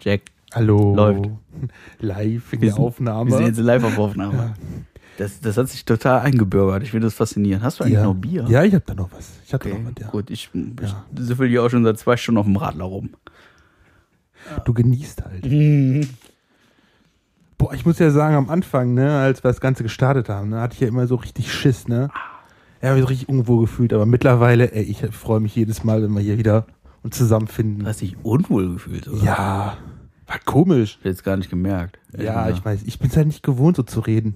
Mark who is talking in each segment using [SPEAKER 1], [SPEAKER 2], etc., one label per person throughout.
[SPEAKER 1] Jack.
[SPEAKER 2] Hallo.
[SPEAKER 1] Läuft.
[SPEAKER 2] Live in
[SPEAKER 1] Wir
[SPEAKER 2] der
[SPEAKER 1] sind-
[SPEAKER 2] Aufnahme.
[SPEAKER 1] Wir sind jetzt live auf Aufnahme. Das, das hat sich total eingebürgert. Ich finde das faszinierend. Hast du eigentlich
[SPEAKER 2] ja.
[SPEAKER 1] noch Bier?
[SPEAKER 2] Ja, ich habe da noch was. Ich hatte
[SPEAKER 1] Okay,
[SPEAKER 2] noch was, ja.
[SPEAKER 1] gut. Ich, ich
[SPEAKER 2] Ja.
[SPEAKER 1] süffel hier auch schon seit zwei Stunden auf dem Radler rum.
[SPEAKER 2] Du genießt halt. Boah, ich muss ja sagen, am Anfang, ne, als wir das Ganze gestartet haben, ne, hatte ich ja immer so richtig Schiss, ne? Ja, habe ich so richtig unwohl gefühlt, aber mittlerweile, ey, ich freue mich jedes Mal, wenn wir hier wieder uns zusammenfinden.
[SPEAKER 1] Du hast dich unwohl gefühlt, oder?
[SPEAKER 2] Ja, war komisch.
[SPEAKER 1] Ich jetzt gar nicht gemerkt.
[SPEAKER 2] Ja,
[SPEAKER 1] genau.
[SPEAKER 2] ich weiß, ich bin es halt nicht gewohnt, so zu reden.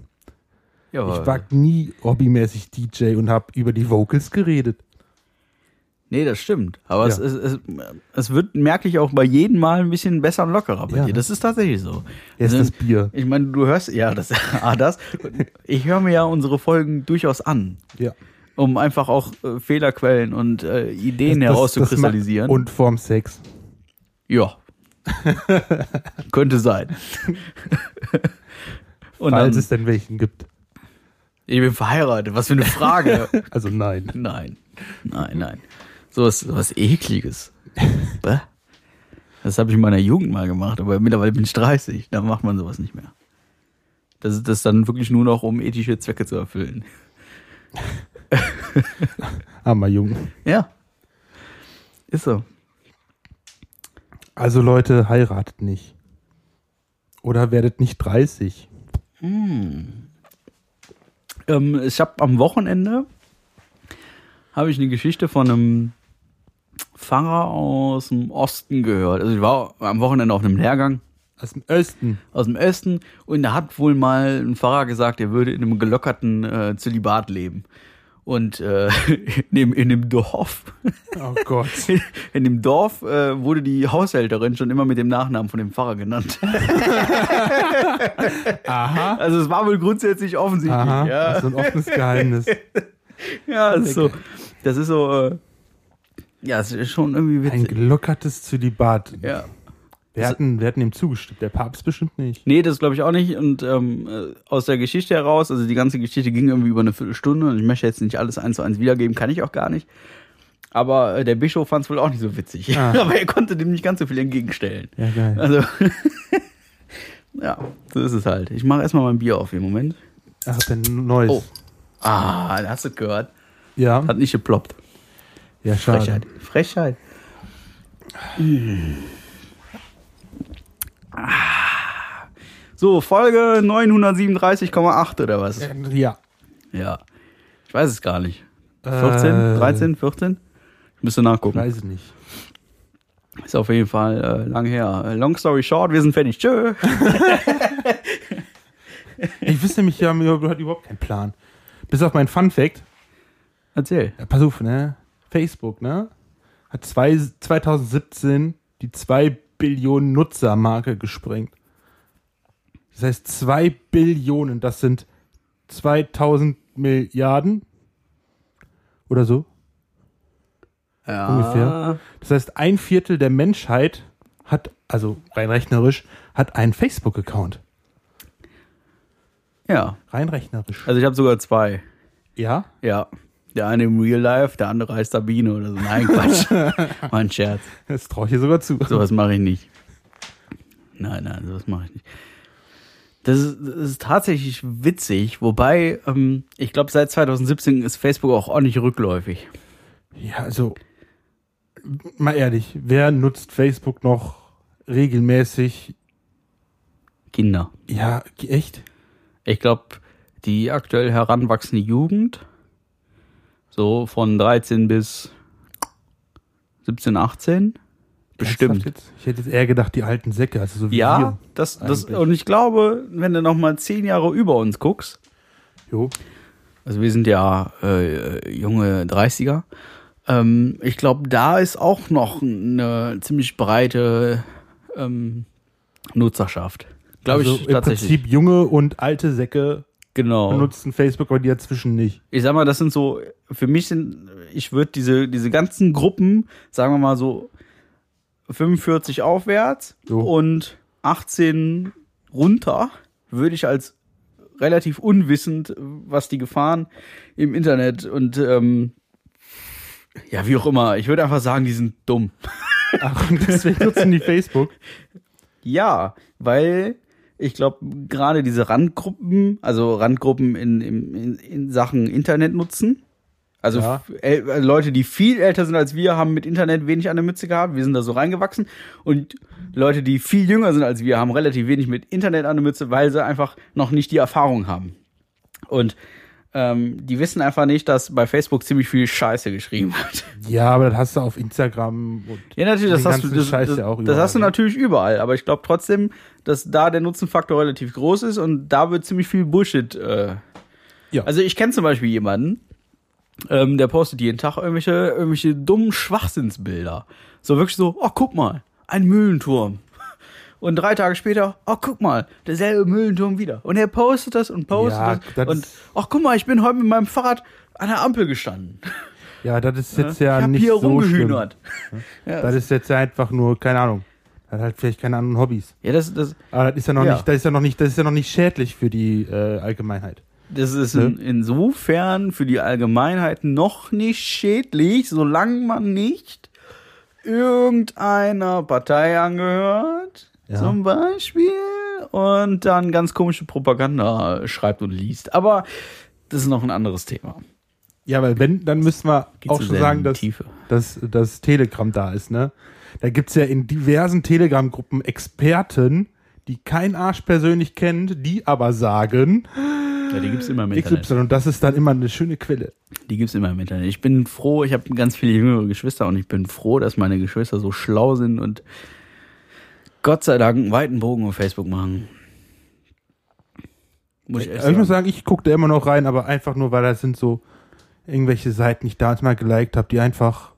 [SPEAKER 1] ja, aber-
[SPEAKER 2] Ich war nie hobbymäßig DJ und habe über die Vocals geredet.
[SPEAKER 1] Nee, das stimmt. Aber es,
[SPEAKER 2] Ja.
[SPEAKER 1] es, es, es wird, merke ich auch bei jedem Mal ein bisschen besser und lockerer bei
[SPEAKER 2] Ja.
[SPEAKER 1] dir. Das ist tatsächlich so.
[SPEAKER 2] Jetzt
[SPEAKER 1] Also,
[SPEAKER 2] das Bier.
[SPEAKER 1] Ich meine, du hörst, ja, das, ah, das. Ich höre mir ja unsere Folgen durchaus an,
[SPEAKER 2] Ja.
[SPEAKER 1] um einfach auch äh, Fehlerquellen und äh, Ideen
[SPEAKER 2] Das- das-
[SPEAKER 1] herauszukristallisieren.
[SPEAKER 2] das ma- Und vorm Sex.
[SPEAKER 1] ja. Könnte sein. und dann,
[SPEAKER 2] falls es denn welchen gibt.
[SPEAKER 1] ich bin verheiratet, was für eine Frage.
[SPEAKER 2] Also nein.
[SPEAKER 1] Nein, nein, nein. So was, was Ekliges. Bäh. Das habe ich in meiner Jugend mal gemacht, aber mittlerweile bin ich 30, da macht man sowas nicht mehr. Das ist das dann wirklich nur noch, um ethische Zwecke zu erfüllen.
[SPEAKER 2] Armer Junge.
[SPEAKER 1] Ja. Ist so.
[SPEAKER 2] Also Leute, heiratet nicht. Oder werdet nicht 30.
[SPEAKER 1] Ähm, ich habe am Wochenende habe ich eine Geschichte von einem Pfarrer aus dem Osten gehört. Also ich war am Wochenende auf einem Lehrgang
[SPEAKER 2] Aus dem Osten.
[SPEAKER 1] aus dem Osten und da hat wohl mal ein Pfarrer gesagt, er würde in einem gelockerten äh, Zölibat leben. Und äh, in, dem, in dem Dorf,
[SPEAKER 2] Oh Gott.
[SPEAKER 1] in dem Dorf äh, wurde die Haushälterin schon immer mit dem Nachnamen von dem Pfarrer genannt.
[SPEAKER 2] Aha.
[SPEAKER 1] Also es war wohl grundsätzlich offensichtlich.
[SPEAKER 2] Aha.
[SPEAKER 1] Ja,
[SPEAKER 2] Das ist ein offenes Geheimnis.
[SPEAKER 1] ja das, ist so, das ist so, äh, ja, es ist schon irgendwie
[SPEAKER 2] Ein
[SPEAKER 1] witzig.
[SPEAKER 2] gelockertes Zölibat.
[SPEAKER 1] Ja.
[SPEAKER 2] Wir, hatten, wir hatten ihm zugestimmt. Der Papst bestimmt nicht.
[SPEAKER 1] Nee, das glaube ich auch nicht. Und ähm, äh, aus der Geschichte heraus, also die ganze Geschichte ging irgendwie über eine Viertelstunde und ich möchte jetzt nicht alles eins zu eins wiedergeben, kann ich auch gar nicht. Aber äh, der Bischof fand es wohl auch nicht so witzig.
[SPEAKER 2] Ah.
[SPEAKER 1] Aber er konnte dem nicht ganz so viel entgegenstellen.
[SPEAKER 2] Ja, geil.
[SPEAKER 1] Also, ja, so ist es halt. Ich mache erstmal mein Bier auf im Moment.
[SPEAKER 2] Er hat ein neues.
[SPEAKER 1] Oh. Ah, hast du gehört?
[SPEAKER 2] Ja.
[SPEAKER 1] Hat nicht geploppt.
[SPEAKER 2] Ja, schade.
[SPEAKER 1] Frechheit. Frechheit. Ah. So, Folge 937,8 oder was?
[SPEAKER 2] Ja.
[SPEAKER 1] Ja. Ich weiß es gar nicht.
[SPEAKER 2] Äh,
[SPEAKER 1] 14, 13, 14? Ich müsste nachgucken.
[SPEAKER 2] Weiß ich nicht.
[SPEAKER 1] Ist auf jeden Fall äh, lang her. Äh, Long story short, wir sind fertig. Tschö.
[SPEAKER 2] Ich wüsste nämlich, ja, du hat überhaupt keinen Plan. Bis auf mein Fun Fact.
[SPEAKER 1] Erzähl.
[SPEAKER 2] Ja, pass auf, ne? Facebook, ne? Hat zwei, 2017 die 2 Billionen Nutzer-Marke gesprengt. Das heißt, 2 Billionen, das sind 2000 Milliarden oder so.
[SPEAKER 1] Ja.
[SPEAKER 2] Ungefähr. Das heißt, ein Viertel der Menschheit hat, also rein rechnerisch, hat einen Facebook-Account.
[SPEAKER 1] Ja.
[SPEAKER 2] Rein rechnerisch.
[SPEAKER 1] Also ich habe sogar zwei.
[SPEAKER 2] Ja?
[SPEAKER 1] Ja. Der eine im Real Life, der andere heißt Sabine oder so. Nein, Quatsch. mein Scherz.
[SPEAKER 2] Das traue ich dir sogar zu.
[SPEAKER 1] Sowas mache ich nicht. Nein, nein, sowas mache ich nicht. Das ist, das ist tatsächlich witzig, wobei ähm, ich glaube, seit 2017 ist Facebook auch ordentlich rückläufig.
[SPEAKER 2] Ja, also mal ehrlich, wer nutzt Facebook noch regelmäßig?
[SPEAKER 1] Kinder.
[SPEAKER 2] Ja, echt?
[SPEAKER 1] Ich glaube, die aktuell heranwachsende Jugend, so von 13 bis 17, 18,
[SPEAKER 2] Ernsthaft
[SPEAKER 1] bestimmt.
[SPEAKER 2] Jetzt? Ich hätte jetzt eher gedacht, die alten Säcke, also so wie
[SPEAKER 1] Ja, das, das,
[SPEAKER 2] eigentlich.
[SPEAKER 1] und ich glaube, wenn du noch mal zehn Jahre über uns guckst,
[SPEAKER 2] wir. Jo.
[SPEAKER 1] also wir sind ja äh, junge 30er, ähm, ich glaube, da ist auch noch eine ziemlich breite ähm, Nutzerschaft. Glaube
[SPEAKER 2] also
[SPEAKER 1] ich
[SPEAKER 2] im
[SPEAKER 1] tatsächlich.
[SPEAKER 2] Prinzip junge und alte Säcke
[SPEAKER 1] genau.
[SPEAKER 2] benutzen Facebook, aber die dazwischen nicht.
[SPEAKER 1] ich sag mal, das sind so, für mich sind, ich würde diese, diese ganzen Gruppen, sagen wir mal so 45 aufwärts
[SPEAKER 2] Jo.
[SPEAKER 1] und 18 runter, würde ich als relativ unwissend, was die Gefahren im Internet und ähm, ja, wie auch immer, ich würde einfach sagen, die sind dumm.
[SPEAKER 2] Ach, und deswegen nutzen die Facebook.
[SPEAKER 1] Ja, weil ich glaube, gerade diese Randgruppen, also Randgruppen in, in, in- in Sachen Internet nutzen. Also
[SPEAKER 2] Ja.
[SPEAKER 1] f- äl- äh, Leute, die viel älter sind als wir, haben mit Internet wenig an der Mütze gehabt. Wir sind da so reingewachsen. Und Leute, die viel jünger sind als wir, haben relativ wenig mit Internet an der Mütze, weil sie einfach noch nicht die Erfahrung haben. Und ähm, die wissen einfach nicht, dass bei Facebook ziemlich viel Scheiße geschrieben wird.
[SPEAKER 2] Ja, aber das hast du auf Instagram und
[SPEAKER 1] Ja, natürlich, das
[SPEAKER 2] den
[SPEAKER 1] hast du,
[SPEAKER 2] ganzen
[SPEAKER 1] das,
[SPEAKER 2] Scheiß
[SPEAKER 1] das,
[SPEAKER 2] ja auch
[SPEAKER 1] das hast du
[SPEAKER 2] überall.
[SPEAKER 1] natürlich überall, aber ich glaube trotzdem, dass da der Nutzenfaktor relativ groß ist und da wird ziemlich viel Bullshit. Äh.
[SPEAKER 2] Ja.
[SPEAKER 1] Also ich kenne zum Beispiel jemanden, ähm, der postet jeden Tag irgendwelche, irgendwelche dummen Schwachsinnsbilder. So wirklich so, oh guck mal, ein Mühlenturm. Und drei Tage später, oh guck mal, derselbe Mühlenturm wieder. Und er postet das und postet
[SPEAKER 2] Ja,
[SPEAKER 1] das.
[SPEAKER 2] das
[SPEAKER 1] Und
[SPEAKER 2] ist-
[SPEAKER 1] ach guck mal, ich bin heute mit meinem Fahrrad an der Ampel gestanden.
[SPEAKER 2] Ja, das ist jetzt ja,
[SPEAKER 1] äh, ich hab
[SPEAKER 2] nicht
[SPEAKER 1] hier
[SPEAKER 2] so schlimm.
[SPEAKER 1] rumgehühnert.
[SPEAKER 2] Das ist jetzt ja einfach nur, keine Ahnung. Er hat halt vielleicht keine anderen Hobbys.
[SPEAKER 1] Ja, das, das,
[SPEAKER 2] Aber das ist ja noch
[SPEAKER 1] Ja.
[SPEAKER 2] nicht, das ist ja noch nicht, das ist ja noch nicht schädlich für die äh, Allgemeinheit.
[SPEAKER 1] Das ist in, insofern für die Allgemeinheit noch nicht schädlich, solange man nicht irgendeiner Partei angehört,
[SPEAKER 2] Ja.
[SPEAKER 1] zum Beispiel, und dann ganz komische Propaganda schreibt und liest. Aber das ist noch ein anderes Thema.
[SPEAKER 2] Ja, weil wenn, dann müssen wir
[SPEAKER 1] Geht
[SPEAKER 2] auch
[SPEAKER 1] zu
[SPEAKER 2] schon
[SPEAKER 1] sehr in
[SPEAKER 2] sagen,
[SPEAKER 1] die
[SPEAKER 2] dass,
[SPEAKER 1] Tiefe.
[SPEAKER 2] dass, dass Telegram da ist, ne? Da gibt's ja in diversen Telegram-Gruppen Experten, die kein Arsch persönlich kennt, die aber sagen,
[SPEAKER 1] Ja, die gibt es immer im
[SPEAKER 2] XY, und das ist dann immer eine schöne Quelle.
[SPEAKER 1] Die gibt's immer im Internet. Ich bin froh, ich habe ganz viele jüngere Geschwister und ich bin froh, dass meine Geschwister so schlau sind und Gott sei Dank einen weiten Bogen auf Facebook machen. Muss ich echt
[SPEAKER 2] Also ich muss
[SPEAKER 1] sagen.
[SPEAKER 2] sagen, ich gucke da immer noch rein, aber einfach nur, weil da sind so irgendwelche Seiten, die ich damals mal geliked habe, die einfach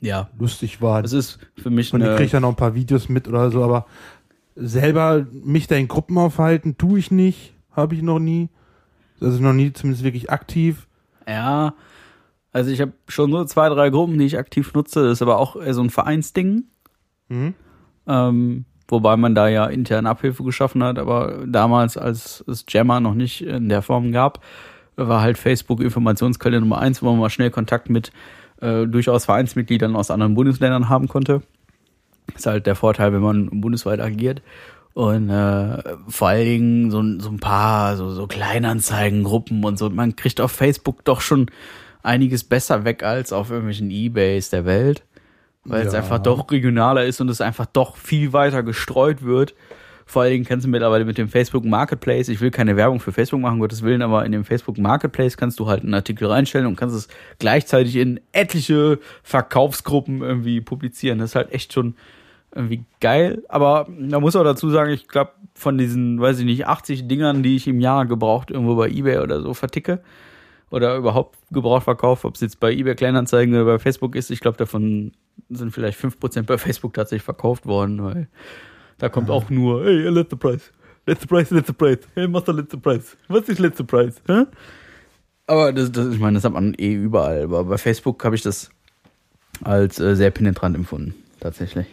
[SPEAKER 1] Ja,
[SPEAKER 2] lustig waren.
[SPEAKER 1] das ist für mich
[SPEAKER 2] und dann kriege ich
[SPEAKER 1] eine.
[SPEAKER 2] ja noch ein paar Videos mit oder so, aber selber mich da in Gruppen aufhalten, tue ich nicht, habe ich noch nie. Also noch nie zumindest wirklich aktiv.
[SPEAKER 1] Ja, also ich habe schon so zwei, drei Gruppen, die ich aktiv nutze. Das ist aber auch eher so ein Vereinsding.
[SPEAKER 2] Mhm.
[SPEAKER 1] Ähm, wobei man da ja intern Abhilfe geschaffen hat, aber damals, als es Jammer noch nicht in der Form gab, war halt Facebook Informationsquelle Nummer eins, wo man mal schnell Kontakt mit äh, durchaus Vereinsmitgliedern aus anderen Bundesländern haben konnte. Ist halt der Vorteil, wenn man bundesweit agiert. Und äh, vor allen Dingen so, ein- so ein paar so, so Kleinanzeigengruppen und so. Man kriegt auf Facebook doch schon einiges besser weg als auf irgendwelchen Ebays der Welt weil es
[SPEAKER 2] Ja.
[SPEAKER 1] einfach doch regionaler ist und es einfach doch viel weiter gestreut wird. Vor allen Dingen kannst du mittlerweile mit dem Facebook Marketplace, ich will keine Werbung für Facebook machen, um Gottes Willen, aber in dem Facebook Marketplace kannst du halt einen Artikel reinstellen und kannst es gleichzeitig in etliche Verkaufsgruppen irgendwie publizieren. Das ist halt echt schon irgendwie geil. Aber da muss auch dazu sagen, ich glaube, von diesen, weiß ich nicht, 80 Dingern, die ich im Jahr gebraucht irgendwo bei Ebay oder so verticke, oder überhaupt gebraucht verkaufe, ob es jetzt bei eBay Kleinanzeigen oder bei Facebook ist, ich glaube, davon sind vielleicht 5% bei Facebook tatsächlich verkauft worden, weil da kommt auch nur, hey, letzter Preis, letzter Preis, letzter Preis, hey, Master, letzter Preis, was ist letzter Preis? Hä? Aber das, das, ich meine, das hat man eh überall, aber bei Facebook habe ich das als äh, sehr penetrant empfunden, tatsächlich.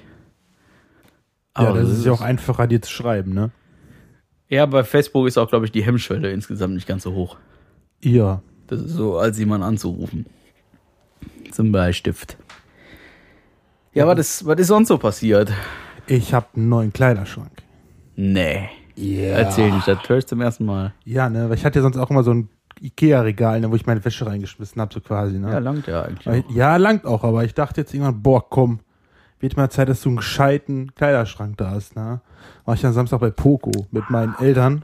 [SPEAKER 2] ja, das ist ja
[SPEAKER 1] auch
[SPEAKER 2] auch einfacher, dir zu schreiben, ne?
[SPEAKER 1] ja, bei Facebook ist auch, glaube ich, die Hemmschwelle insgesamt nicht ganz so hoch.
[SPEAKER 2] Ja.
[SPEAKER 1] Das ist so, als jemand anzurufen. Zum Bleistift. Ja, was ist, was ist sonst so passiert?
[SPEAKER 2] Ich habe einen neuen Kleiderschrank.
[SPEAKER 1] Nee.
[SPEAKER 2] Ja.
[SPEAKER 1] Erzähl nicht, das höre ich zum ersten Mal.
[SPEAKER 2] Ja, ne? Weil ich hatte ja sonst auch immer so ein Ikea-Regal, ne, wo ich meine Wäsche reingeschmissen habe, so quasi, ne?
[SPEAKER 1] Ja, langt ja eigentlich.
[SPEAKER 2] Aber ich-
[SPEAKER 1] auch.
[SPEAKER 2] ja, langt auch, aber ich dachte jetzt irgendwann, boah, komm, wird mal Zeit, dass du einen gescheiten Kleiderschrank da hast, ne? War ich dann Samstag bei Poco mit meinen Eltern.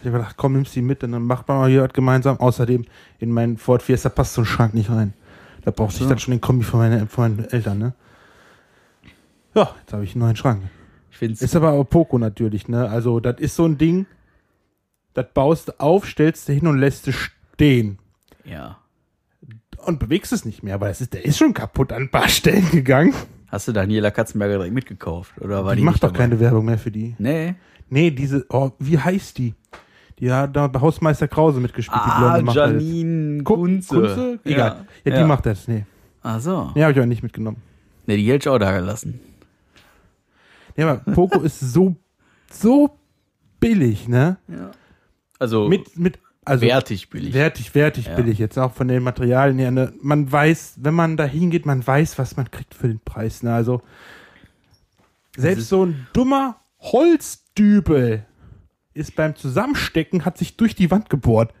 [SPEAKER 2] Ich hab gedacht, komm, nimmst die mit und dann macht man mal hier was gemeinsam. Außerdem, in meinen Ford Fiesta passt so ein Schrank nicht rein. Da brauchte ich dann schon den Kombi von, meine, von meinen Eltern, ne? Ja, jetzt habe ich einen neuen Schrank.
[SPEAKER 1] Ich finde es.
[SPEAKER 2] Ist aber auch Poco natürlich, ne? Also, das ist so ein Ding, das baust du auf, stellst du hin und lässt es stehen
[SPEAKER 1] Ja.
[SPEAKER 2] und bewegst es nicht mehr, weil es ist, der ist schon kaputt an ein paar Stellen gegangen.
[SPEAKER 1] Hast du Daniela Katzenberger direkt mitgekauft? Oder war die,
[SPEAKER 2] die macht
[SPEAKER 1] nicht
[SPEAKER 2] doch
[SPEAKER 1] dabei?
[SPEAKER 2] keine Werbung mehr für die.
[SPEAKER 1] Nee.
[SPEAKER 2] Nee, diese, oh, wie heißt die? Die hat da bei Hausmeister Krause mitgespielt, die
[SPEAKER 1] Ah,
[SPEAKER 2] Blonde macht das.
[SPEAKER 1] Janine
[SPEAKER 2] Ku-
[SPEAKER 1] Kunze.
[SPEAKER 2] Kunze? Egal. Ja, die macht das, nee.
[SPEAKER 1] Ach so.
[SPEAKER 2] Nee, habe ich auch nicht mitgenommen.
[SPEAKER 1] Nee, die hätte ich auch da gelassen.
[SPEAKER 2] Nee, aber Poco ist so, so billig, ne?
[SPEAKER 1] Also,
[SPEAKER 2] Mit, mit, also.
[SPEAKER 1] wertig billig.
[SPEAKER 2] Wertig, wertig
[SPEAKER 1] Ja.
[SPEAKER 2] billig. Jetzt auch von den Materialien her. Ne? Man weiß, wenn man da hingeht, man weiß, was man kriegt für den Preis. Ne? Also, selbst so ein dummer Holzdübel ist beim Zusammenstecken, hat sich durch die Wand gebohrt.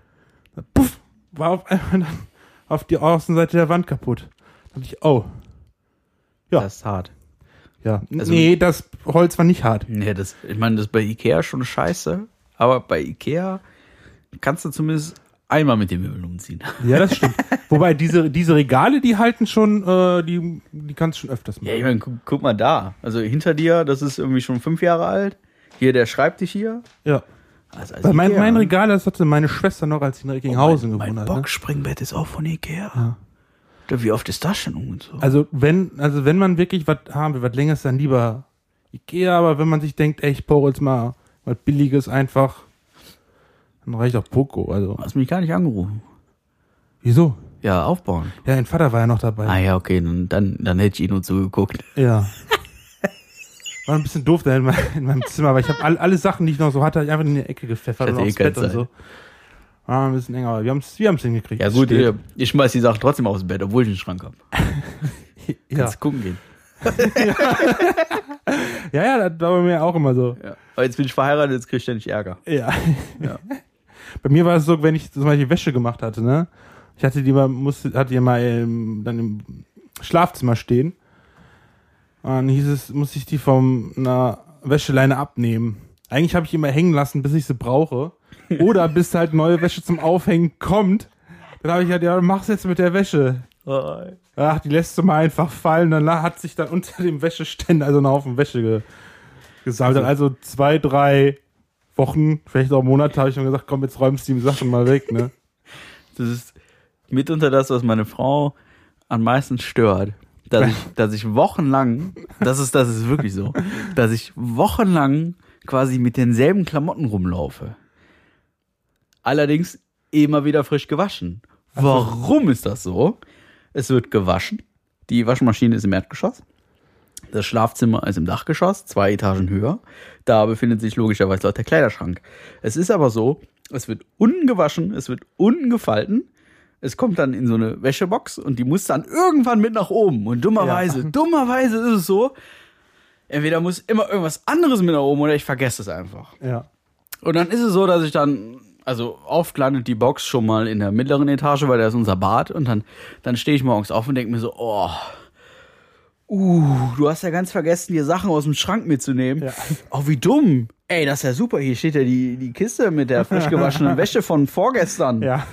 [SPEAKER 2] Puff, war auf einmal dann auf die Außenseite der Wand kaputt. Da dachte ich, oh, Ja.
[SPEAKER 1] Das ist hart.
[SPEAKER 2] ja.
[SPEAKER 1] Also-
[SPEAKER 2] nee, das Holz war nicht hart.
[SPEAKER 1] Nee, das, ich meine, das ist bei Ikea schon scheiße, aber bei Ikea kannst du zumindest einmal mit den Möbeln umziehen.
[SPEAKER 2] Ja, das stimmt. Wobei diese, diese Regale, die halten schon, äh, die, die kannst du schon öfters machen.
[SPEAKER 1] Ja, ich meine, guck, guck mal da. Also hinter dir, das ist irgendwie schon fünf Jahre alt. Hier der Schreibtisch hier.
[SPEAKER 2] Ja.
[SPEAKER 1] Also, also
[SPEAKER 2] Weil mein,
[SPEAKER 1] Ikea. Oh
[SPEAKER 2] mein Regal, das hatte meine Schwester noch, als sie in Recklinghausen gewohnt
[SPEAKER 1] Mein
[SPEAKER 2] hat. ne?
[SPEAKER 1] Boxspringbett ist auch von Ikea. Da, Wie oft ist das schon um umgezogen?
[SPEAKER 2] Also wenn, also wenn man wirklich was haben will, was längeres, dann lieber Ikea, aber wenn man sich denkt, ey, ich brauche jetzt mal was Billiges einfach, dann reicht auch Poco. Also,
[SPEAKER 1] Du hast mich gar nicht angerufen.
[SPEAKER 2] wieso?
[SPEAKER 1] Ja, aufbauen.
[SPEAKER 2] Ja, dein Vater war ja noch dabei.
[SPEAKER 1] Ah ja, okay, dann, dann, dann hätte ich Ihnen nur zugeguckt.
[SPEAKER 2] Ja. War ein bisschen doof da in, mein, in meinem Zimmer, weil ich habe all, alle Sachen, die ich noch so hatte, einfach in die Ecke gepfeffert
[SPEAKER 1] Ich
[SPEAKER 2] und
[SPEAKER 1] hatte eh
[SPEAKER 2] aufs
[SPEAKER 1] keine
[SPEAKER 2] Bett und
[SPEAKER 1] Zeit.
[SPEAKER 2] so. War ein bisschen enger, aber wir haben es wir haben's hingekriegt.
[SPEAKER 1] Ja gut,
[SPEAKER 2] Spät.
[SPEAKER 1] ich, ich schmeiß die Sachen trotzdem aus dem Bett, obwohl ich den Schrank habe.
[SPEAKER 2] ja.
[SPEAKER 1] Kannst gucken gehen.
[SPEAKER 2] ja, ja, das war bei mir auch immer so.
[SPEAKER 1] Ja. Aber jetzt bin ich verheiratet, jetzt krieg ich ständig Ärger.
[SPEAKER 2] Ja. Bei mir war es so, wenn ich zum Beispiel Wäsche gemacht hatte, ne? Ich hatte die mal, musste, hatte die mal ähm, dann im Schlafzimmer stehen. Und dann hieß es, muss ich die vom einer Wäscheleine abnehmen. Eigentlich habe ich die immer hängen lassen, bis ich sie brauche. Oder bis halt neue Wäsche zum Aufhängen kommt. Dann habe ich halt, ja, mach's jetzt mit der Wäsche. Ach, die lässt du mal einfach fallen. Dann la- hat sich dann unter dem Wäscheständer also einen Haufen Wäsche ge gesammelt. Also zwei, drei Wochen, vielleicht auch Monate, habe ich schon gesagt, komm, jetzt räumst du die Sachen mal weg, ne?
[SPEAKER 1] Das ist mitunter das, was meine Frau am meisten stört. Dass ich, dass ich wochenlang, das ist, das ist wirklich so, dass ich wochenlang quasi mit denselben Klamotten rumlaufe. Allerdings immer wieder frisch gewaschen. Warum ist das so? Es wird gewaschen. Die Waschmaschine ist im Erdgeschoss. Das Schlafzimmer ist im Dachgeschoss, zwei Etagen höher. Da befindet sich logischerweise laut der Kleiderschrank. Es ist aber so, es wird ungewaschen, es wird ungefalten. Es kommt dann in so eine Wäschebox und die muss dann irgendwann mit nach oben. Und dummerweise, dummerweise ist es so, entweder muss immer irgendwas anderes mit nach oben oder ich vergesse es einfach.
[SPEAKER 2] Ja.
[SPEAKER 1] Und dann ist es so, dass ich dann, also oft landet die Box schon mal in der mittleren Etage, weil da ist unser Bad. Und dann, dann stehe ich morgens auf und denke mir so, oh, uh, du hast ja ganz vergessen, dir Sachen aus dem Schrank mitzunehmen.
[SPEAKER 2] Ja.
[SPEAKER 1] Oh, wie dumm. Ey, das ist ja super. Hier steht ja die, die Kiste mit der frisch gewaschenen Wäsche von vorgestern.
[SPEAKER 2] Ja.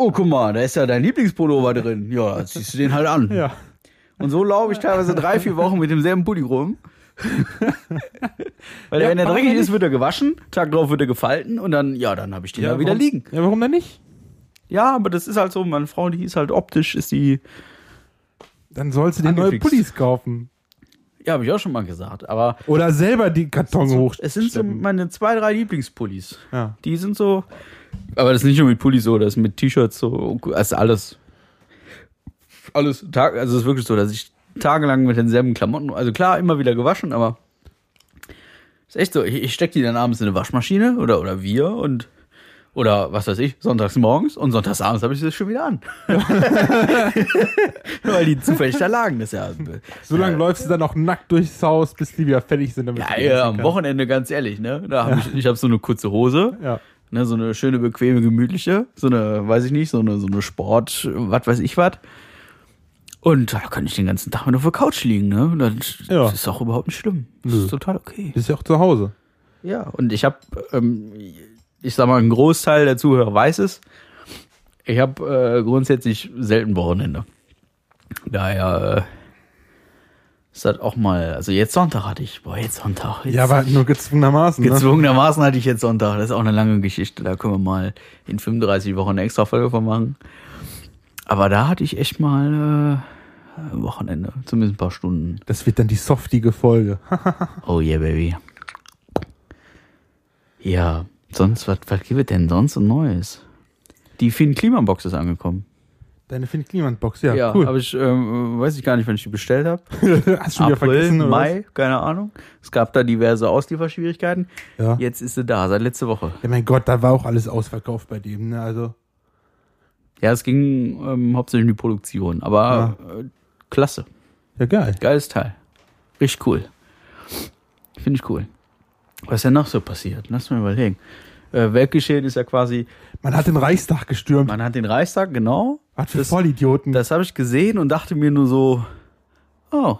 [SPEAKER 1] Oh, guck mal, da ist ja dein Lieblingspullover drin. Ja, dann ziehst du den halt an.
[SPEAKER 2] Ja.
[SPEAKER 1] Und so laufe ich teilweise drei, vier Wochen mit demselben Pulli rum. Weil
[SPEAKER 2] Ja,
[SPEAKER 1] wenn der
[SPEAKER 2] warum
[SPEAKER 1] dreckig
[SPEAKER 2] denn
[SPEAKER 1] ist, wird er gewaschen, Tag drauf wird er gefalten und dann, ja, dann habe ich den da wieder
[SPEAKER 2] warum,
[SPEAKER 1] liegen.
[SPEAKER 2] Ja, warum denn nicht?
[SPEAKER 1] Ja, aber das ist halt so, meine Frau, die ist halt optisch, ist die,
[SPEAKER 2] Dann sollst du dir Ah, neue
[SPEAKER 1] Angefixt.
[SPEAKER 2] Pullis kaufen.
[SPEAKER 1] ja, habe ich auch schon mal gesagt, aber
[SPEAKER 2] Oder selber die Karton hoch.
[SPEAKER 1] es sind so meine zwei, drei Lieblingspullis.
[SPEAKER 2] Ja.
[SPEAKER 1] Die sind so, aber das ist nicht nur mit Pullis so, das ist mit T-Shirts so, also alles. Alles, Tag, also es ist wirklich so, dass ich tagelang mit denselben Klamotten, also klar, immer wieder gewaschen, aber ist echt so, ich, ich stecke die dann abends in eine Waschmaschine oder, oder wir und oder was weiß ich, sonntags morgens und sonntags abends habe ich das schon wieder an. Weil die zufällig da lagen, das ist ja.
[SPEAKER 2] So lange läufst du dann auch nackt durchs Haus, bis die wieder fertig sind. Damit
[SPEAKER 1] Ja,
[SPEAKER 2] du
[SPEAKER 1] ja, am
[SPEAKER 2] kannst.
[SPEAKER 1] Wochenende, ganz ehrlich, ne? Da hab ich, ich habe so eine kurze Hose.
[SPEAKER 2] Ja.
[SPEAKER 1] Ne, so eine schöne, bequeme, gemütliche, so eine, weiß ich nicht, so eine, so eine Sport, was weiß ich was. Und da kann ich den ganzen Tag nur auf der Couch liegen, ne? Das,
[SPEAKER 2] Ja.
[SPEAKER 1] das ist auch überhaupt nicht schlimm. Das
[SPEAKER 2] Nö.
[SPEAKER 1] ist total okay.
[SPEAKER 2] Bist ja auch zu Hause.
[SPEAKER 1] Ja, und ich habe, ähm, ich sag mal, ein Großteil der Zuhörer weiß es. Ich habe äh, grundsätzlich selten Wochenende. Daher äh, ist das auch mal, also jetzt Sonntag hatte ich, boah, jetzt Sonntag. Jetzt
[SPEAKER 2] Ja, aber halt nur gezwungenermaßen. Ne?
[SPEAKER 1] Gezwungenermaßen hatte ich jetzt Sonntag. Das ist auch eine lange Geschichte. Da können wir mal in 35 Wochen eine extra Folge von machen. Aber da hatte ich echt mal äh, ein Wochenende. Zumindest ein paar Stunden.
[SPEAKER 2] Das wird dann die softige Folge.
[SPEAKER 1] Oh yeah, baby. Ja, sonst, was, was gibt es denn sonst so Neues? Die Finn Klimabox ist angekommen.
[SPEAKER 2] Deine Finn Kliman Box, ja,
[SPEAKER 1] Ja,
[SPEAKER 2] cool.
[SPEAKER 1] aber ich ähm, weiß ich gar nicht, wann ich die bestellt habe.
[SPEAKER 2] Hast du schon
[SPEAKER 1] April,
[SPEAKER 2] wieder vergessen? oder
[SPEAKER 1] Mai, keine Ahnung. Es gab da diverse Auslieferschwierigkeiten.
[SPEAKER 2] was? Ja.
[SPEAKER 1] Jetzt ist sie da, seit letzte Woche.
[SPEAKER 2] Ja, mein Gott, da war auch alles ausverkauft bei dem, ne? Also,
[SPEAKER 1] Ja, es ging ähm, hauptsächlich um die Produktion, aber äh, klasse.
[SPEAKER 2] ja, geil.
[SPEAKER 1] Geiles Teil. Richtig cool. Finde ich cool. Was ist denn noch so passiert? Lass mal überlegen. Äh, Weltgeschehen ist ja quasi,
[SPEAKER 2] Man hat den Reichstag gestürmt.
[SPEAKER 1] man hat den Reichstag, genau.
[SPEAKER 2] Was für
[SPEAKER 1] das-
[SPEAKER 2] Vollidioten.
[SPEAKER 1] Das habe ich gesehen und dachte mir nur so, oh,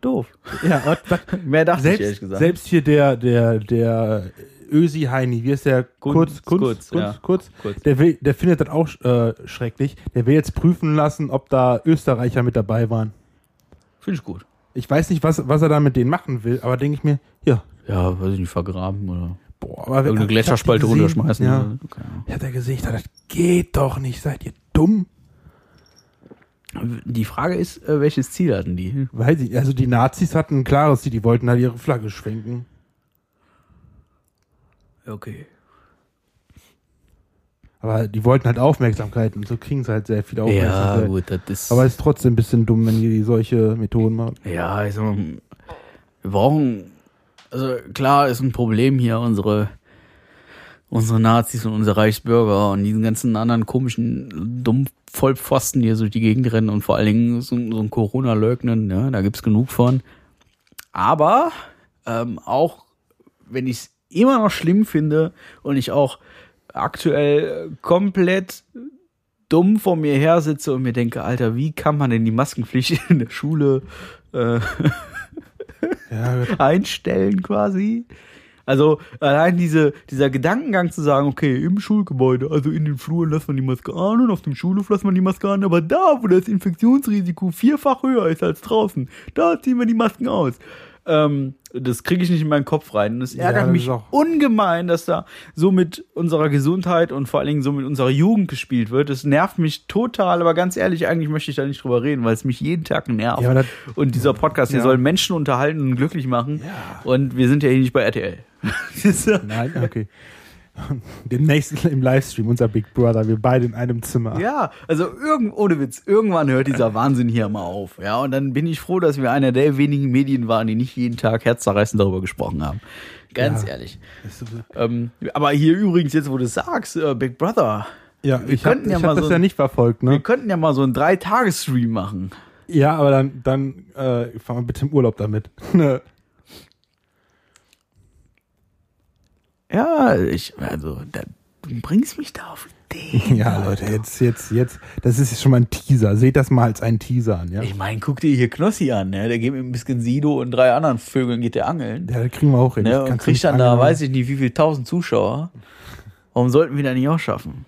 [SPEAKER 1] doof.
[SPEAKER 2] ja, was- was-
[SPEAKER 1] Mehr dachte
[SPEAKER 2] selbst,
[SPEAKER 1] ich ehrlich gesagt.
[SPEAKER 2] selbst hier der, der, der Ösi Heini, wie ist der?
[SPEAKER 1] Kunz,
[SPEAKER 2] Kurz, Kunz,
[SPEAKER 1] Kurz,
[SPEAKER 2] Kurz,
[SPEAKER 1] ja.
[SPEAKER 2] Kurz.
[SPEAKER 1] Kurz.
[SPEAKER 2] Der, will, der findet das auch äh, schrecklich. Der will jetzt prüfen lassen, ob da Österreicher mit dabei waren.
[SPEAKER 1] Finde ich gut.
[SPEAKER 2] Ich weiß nicht, was, was er da mit denen machen will, aber denke ich mir, ja,
[SPEAKER 1] Ja, weiß ich nicht, vergraben oder
[SPEAKER 2] boah, aber
[SPEAKER 1] irgendeine
[SPEAKER 2] ich hab
[SPEAKER 1] Gletscherspalte
[SPEAKER 2] die gesehen,
[SPEAKER 1] runterschmeißen.
[SPEAKER 2] Ja.
[SPEAKER 1] oder so. Keine Ahnung.
[SPEAKER 2] Ich hatte gesehen, ich dachte, das geht doch nicht, seid ihr dumm?
[SPEAKER 1] Die Frage ist, äh, welches Ziel hatten die?
[SPEAKER 2] Weiß ich, also die Nazis hatten ein klares Ziel, die wollten halt ihre Flagge schwenken.
[SPEAKER 1] Okay.
[SPEAKER 2] Aber die wollten halt Aufmerksamkeit und so kriegen sie halt sehr viel
[SPEAKER 1] Ja,
[SPEAKER 2] Aufmerksamkeit.
[SPEAKER 1] gut, das ist.
[SPEAKER 2] Aber es ist trotzdem ein bisschen dumm, wenn die solche Methoden machen.
[SPEAKER 1] ja, ich sag mal, wir brauchen. Also klar ist ein Problem hier unsere, unsere Nazis und unsere Reichsbürger und diesen ganzen anderen komischen, dummen Vollpfosten, die hier durch die Gegend rennen und vor allen Dingen so, so ein Corona-Leugnen, ne? da gibt's genug von. Aber ähm, auch wenn ich es immer noch schlimm finde und ich auch aktuell äh, komplett dumm vor mir her sitze und mir denke, Alter, wie kann man denn die Maskenpflicht in der Schule äh,
[SPEAKER 2] Ja, gut.
[SPEAKER 1] einstellen quasi? Also allein diese, dieser Gedankengang zu sagen, okay, im Schulgebäude, also in den Fluren lässt man die Maske an und auf dem Schulhof lässt man die Maske an, aber da, wo das Infektionsrisiko vierfach höher ist als draußen, da ziehen wir die Masken aus. Ähm, das kriege ich nicht in meinen Kopf rein. Das
[SPEAKER 2] Ja,
[SPEAKER 1] ärgert
[SPEAKER 2] das
[SPEAKER 1] mich
[SPEAKER 2] ist auch-
[SPEAKER 1] ungemein, dass da so mit unserer Gesundheit und vor allen Dingen so mit unserer Jugend gespielt wird. Das nervt mich total, aber ganz ehrlich, eigentlich möchte ich da nicht drüber reden, weil es mich jeden Tag nervt.
[SPEAKER 2] Ja, aber das-
[SPEAKER 1] und dieser Podcast, hier
[SPEAKER 2] Ja.
[SPEAKER 1] soll Menschen unterhalten und glücklich machen. Und wir sind ja hier nicht bei RTL. Siehst du?
[SPEAKER 2] Nein, okay. Demnächst im Livestream, unser Big Brother, wir beide in einem Zimmer.
[SPEAKER 1] ja, also irgend, ohne Witz, irgendwann hört dieser Wahnsinn hier mal auf. Ja, und dann bin ich froh, dass wir einer der wenigen Medien waren, die nicht jeden Tag herzzerreißend darüber gesprochen haben. Ganz
[SPEAKER 2] Ja.
[SPEAKER 1] ehrlich.
[SPEAKER 2] Das ist-
[SPEAKER 1] Ähm, aber hier übrigens, jetzt wo du es sagst, äh, Big Brother,
[SPEAKER 2] Ja, ich habe
[SPEAKER 1] könnten ja
[SPEAKER 2] ja
[SPEAKER 1] mal
[SPEAKER 2] hab das
[SPEAKER 1] so
[SPEAKER 2] ja
[SPEAKER 1] ein-
[SPEAKER 2] nicht verfolgt,
[SPEAKER 1] wir
[SPEAKER 2] ne?
[SPEAKER 1] könnten ja mal so einen Drei-Tage-Stream machen.
[SPEAKER 2] Ja, aber dann, dann äh, fahren wir bitte im Urlaub damit. Ne.
[SPEAKER 1] Ja, ich, also, da, du bringst mich da auf Ideen.
[SPEAKER 2] ja, Leute, jetzt, jetzt, jetzt, das ist jetzt schon mal ein Teaser. Seht das mal als einen Teaser an, ja?
[SPEAKER 1] Ich meine, guck dir hier Knossi an, ne? Der geht mit ein bisschen Sido und drei anderen Vögeln geht der angeln.
[SPEAKER 2] Ja, das kriegen wir auch hin.
[SPEAKER 1] Ne? Und kriegt dann da, weiß ich nicht, wie viel tausend Zuschauer. Warum sollten wir da nicht auch schaffen?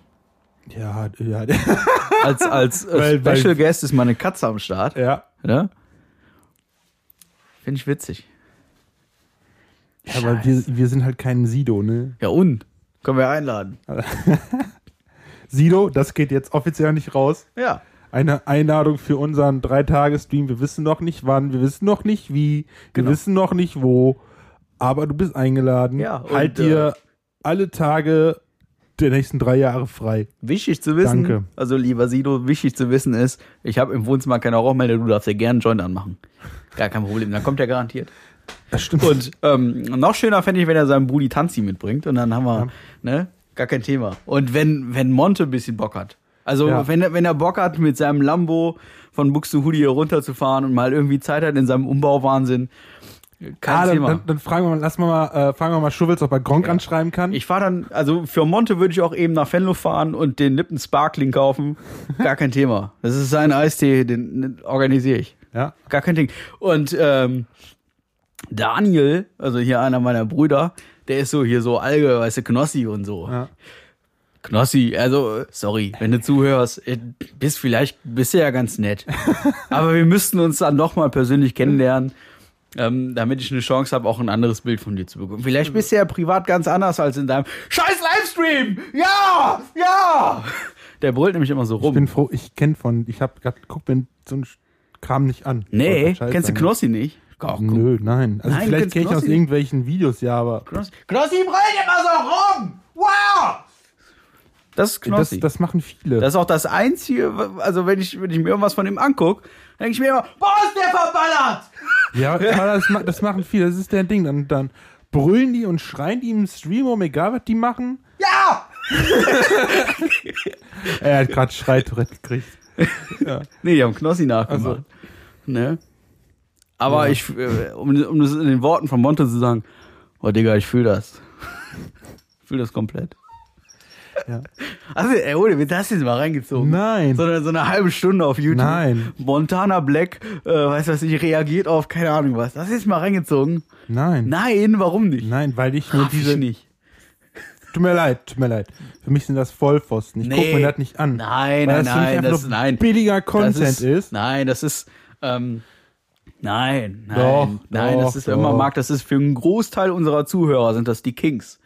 [SPEAKER 2] ich. Ja, ja,
[SPEAKER 1] Als, als äh,
[SPEAKER 2] Weil- weil-
[SPEAKER 1] Special Guest ist meine Katze am Start.
[SPEAKER 2] ja.
[SPEAKER 1] Ne? Finde ich witzig.
[SPEAKER 2] Aber wir, wir sind halt kein Sido, ne?
[SPEAKER 1] Ja, und? Können wir einladen.
[SPEAKER 2] Sido, das geht jetzt offiziell nicht raus.
[SPEAKER 1] Ja.
[SPEAKER 2] Eine Einladung für unseren Drei-Tage-Stream. Wir wissen noch nicht wann, wir wissen noch nicht wie,
[SPEAKER 1] Genau.
[SPEAKER 2] wir wissen noch nicht wo, aber du bist eingeladen.
[SPEAKER 1] Ja, und, äh,
[SPEAKER 2] halt dir alle Tage der nächsten drei Jahre frei.
[SPEAKER 1] Wichtig zu wissen,
[SPEAKER 2] Danke.
[SPEAKER 1] also lieber Sido, wichtig zu wissen ist, ich habe im Wohnzimmer keine Rauchmelder, du darfst ja gerne einen Joint anmachen. Gar kein Problem, dann kommt er garantiert.
[SPEAKER 2] Das stimmt.
[SPEAKER 1] Und ähm, noch schöner fände ich, wenn er seinen Brudi Tanzi mitbringt und dann haben wir,
[SPEAKER 2] Ja.
[SPEAKER 1] ne, gar kein Thema. Und wenn, wenn Monte ein bisschen Bock hat. Also
[SPEAKER 2] Ja.
[SPEAKER 1] wenn, er- wenn er Bock hat, mit seinem Lambo von Buxtehude hier runterzufahren und mal irgendwie Zeit hat in seinem Umbauwahnsinn, kein
[SPEAKER 2] ah, dann,
[SPEAKER 1] Thema.
[SPEAKER 2] dann, dann fragen wir mal, lass mal, mal, äh, fragen wir mal Schuwitz, ob er Gronk anschreiben kann.
[SPEAKER 1] ich fahre dann, also für Monte würde ich auch eben nach Venlo fahren und den Lippen Sparkling kaufen. Gar kein Thema. Das ist sein Eistee, den, den organisiere ich.
[SPEAKER 2] ja.
[SPEAKER 1] Gar kein Ding. Und ähm, Daniel, also hier einer meiner Brüder, der ist so hier so Alge, weißt du, Knossi und so.
[SPEAKER 2] Ja.
[SPEAKER 1] Knossi, also, äh, sorry, wenn du zuhörst, äh, bist vielleicht, bist du ja ganz nett. Aber wir müssten uns dann nochmal persönlich kennenlernen, ähm, damit ich eine Chance habe, auch ein anderes Bild von dir zu bekommen. Vielleicht bist du ja privat ganz anders als in deinem Scheiß Livestream! Ja! Ja! Der brüllt nämlich immer so
[SPEAKER 2] Ich
[SPEAKER 1] rum.
[SPEAKER 2] bin froh, ich kenne von, ich habe gerade guck mir so ein Kram nicht an.
[SPEAKER 1] nee,
[SPEAKER 2] Sollte scheiße
[SPEAKER 1] kennst du
[SPEAKER 2] sein.
[SPEAKER 1] Knossi nicht? Ach, guck
[SPEAKER 2] Nö, nein. Also
[SPEAKER 1] Nein,
[SPEAKER 2] vielleicht
[SPEAKER 1] kennst
[SPEAKER 2] kenne ich aus
[SPEAKER 1] Knossi?
[SPEAKER 2] irgendwelchen Videos, ja, aber
[SPEAKER 1] Knossi, Knossi brüllt immer so rum! Wow! Das ist
[SPEAKER 2] das,
[SPEAKER 1] Knossi. Das,
[SPEAKER 2] das machen viele.
[SPEAKER 1] ist auch das Einzige, w- also wenn ich, wenn ich mir irgendwas von ihm angucke, denke ich mir immer, boah, ist der verballert!
[SPEAKER 2] Ja, aber das, ma- das machen viele, das ist der Ding. Dann, dann brüllen die und schreien die im Stream um, egal was die machen. Äh,
[SPEAKER 1] Ja!
[SPEAKER 2] Er hat gerade Schreitourette gekriegt.
[SPEAKER 1] Nee, die haben Knossi nachgemacht. Ne? Aber ich, äh, um, um das in den Worten von Monte zu sagen, oh Digga, ich fühle das. ich fühle das komplett.
[SPEAKER 2] Ja.
[SPEAKER 1] Also, ey, ohne Witz, hast du jetzt mal reingezogen?
[SPEAKER 2] Nein.
[SPEAKER 1] Sondern so eine halbe Stunde auf YouTube.
[SPEAKER 2] Nein.
[SPEAKER 1] Montana Black, äh, weiß was ich, reagiert auf keine Ahnung was. Hast du jetzt mal reingezogen?
[SPEAKER 2] Nein. Nein.
[SPEAKER 1] Nein, warum nicht?
[SPEAKER 2] weil ich nur
[SPEAKER 1] Raff ich
[SPEAKER 2] diese.
[SPEAKER 1] nicht.
[SPEAKER 2] Tut mir leid, tut mir leid. Für mich sind das Vollpfosten. Ich
[SPEAKER 1] Nee.
[SPEAKER 2] guck mir das nicht an.
[SPEAKER 1] Nein,
[SPEAKER 2] weil
[SPEAKER 1] nein,
[SPEAKER 2] das für mich
[SPEAKER 1] nein,
[SPEAKER 2] einfach
[SPEAKER 1] das-
[SPEAKER 2] nur
[SPEAKER 1] nein.
[SPEAKER 2] billiger Content
[SPEAKER 1] das ist,
[SPEAKER 2] ist.
[SPEAKER 1] Nein, das ist. Ähm, nein, nein,
[SPEAKER 2] Doch,
[SPEAKER 1] nein, das
[SPEAKER 2] doch,
[SPEAKER 1] ist immer
[SPEAKER 2] doch.
[SPEAKER 1] Marc, das ist für einen Großteil unserer Zuhörer sind das die Kings.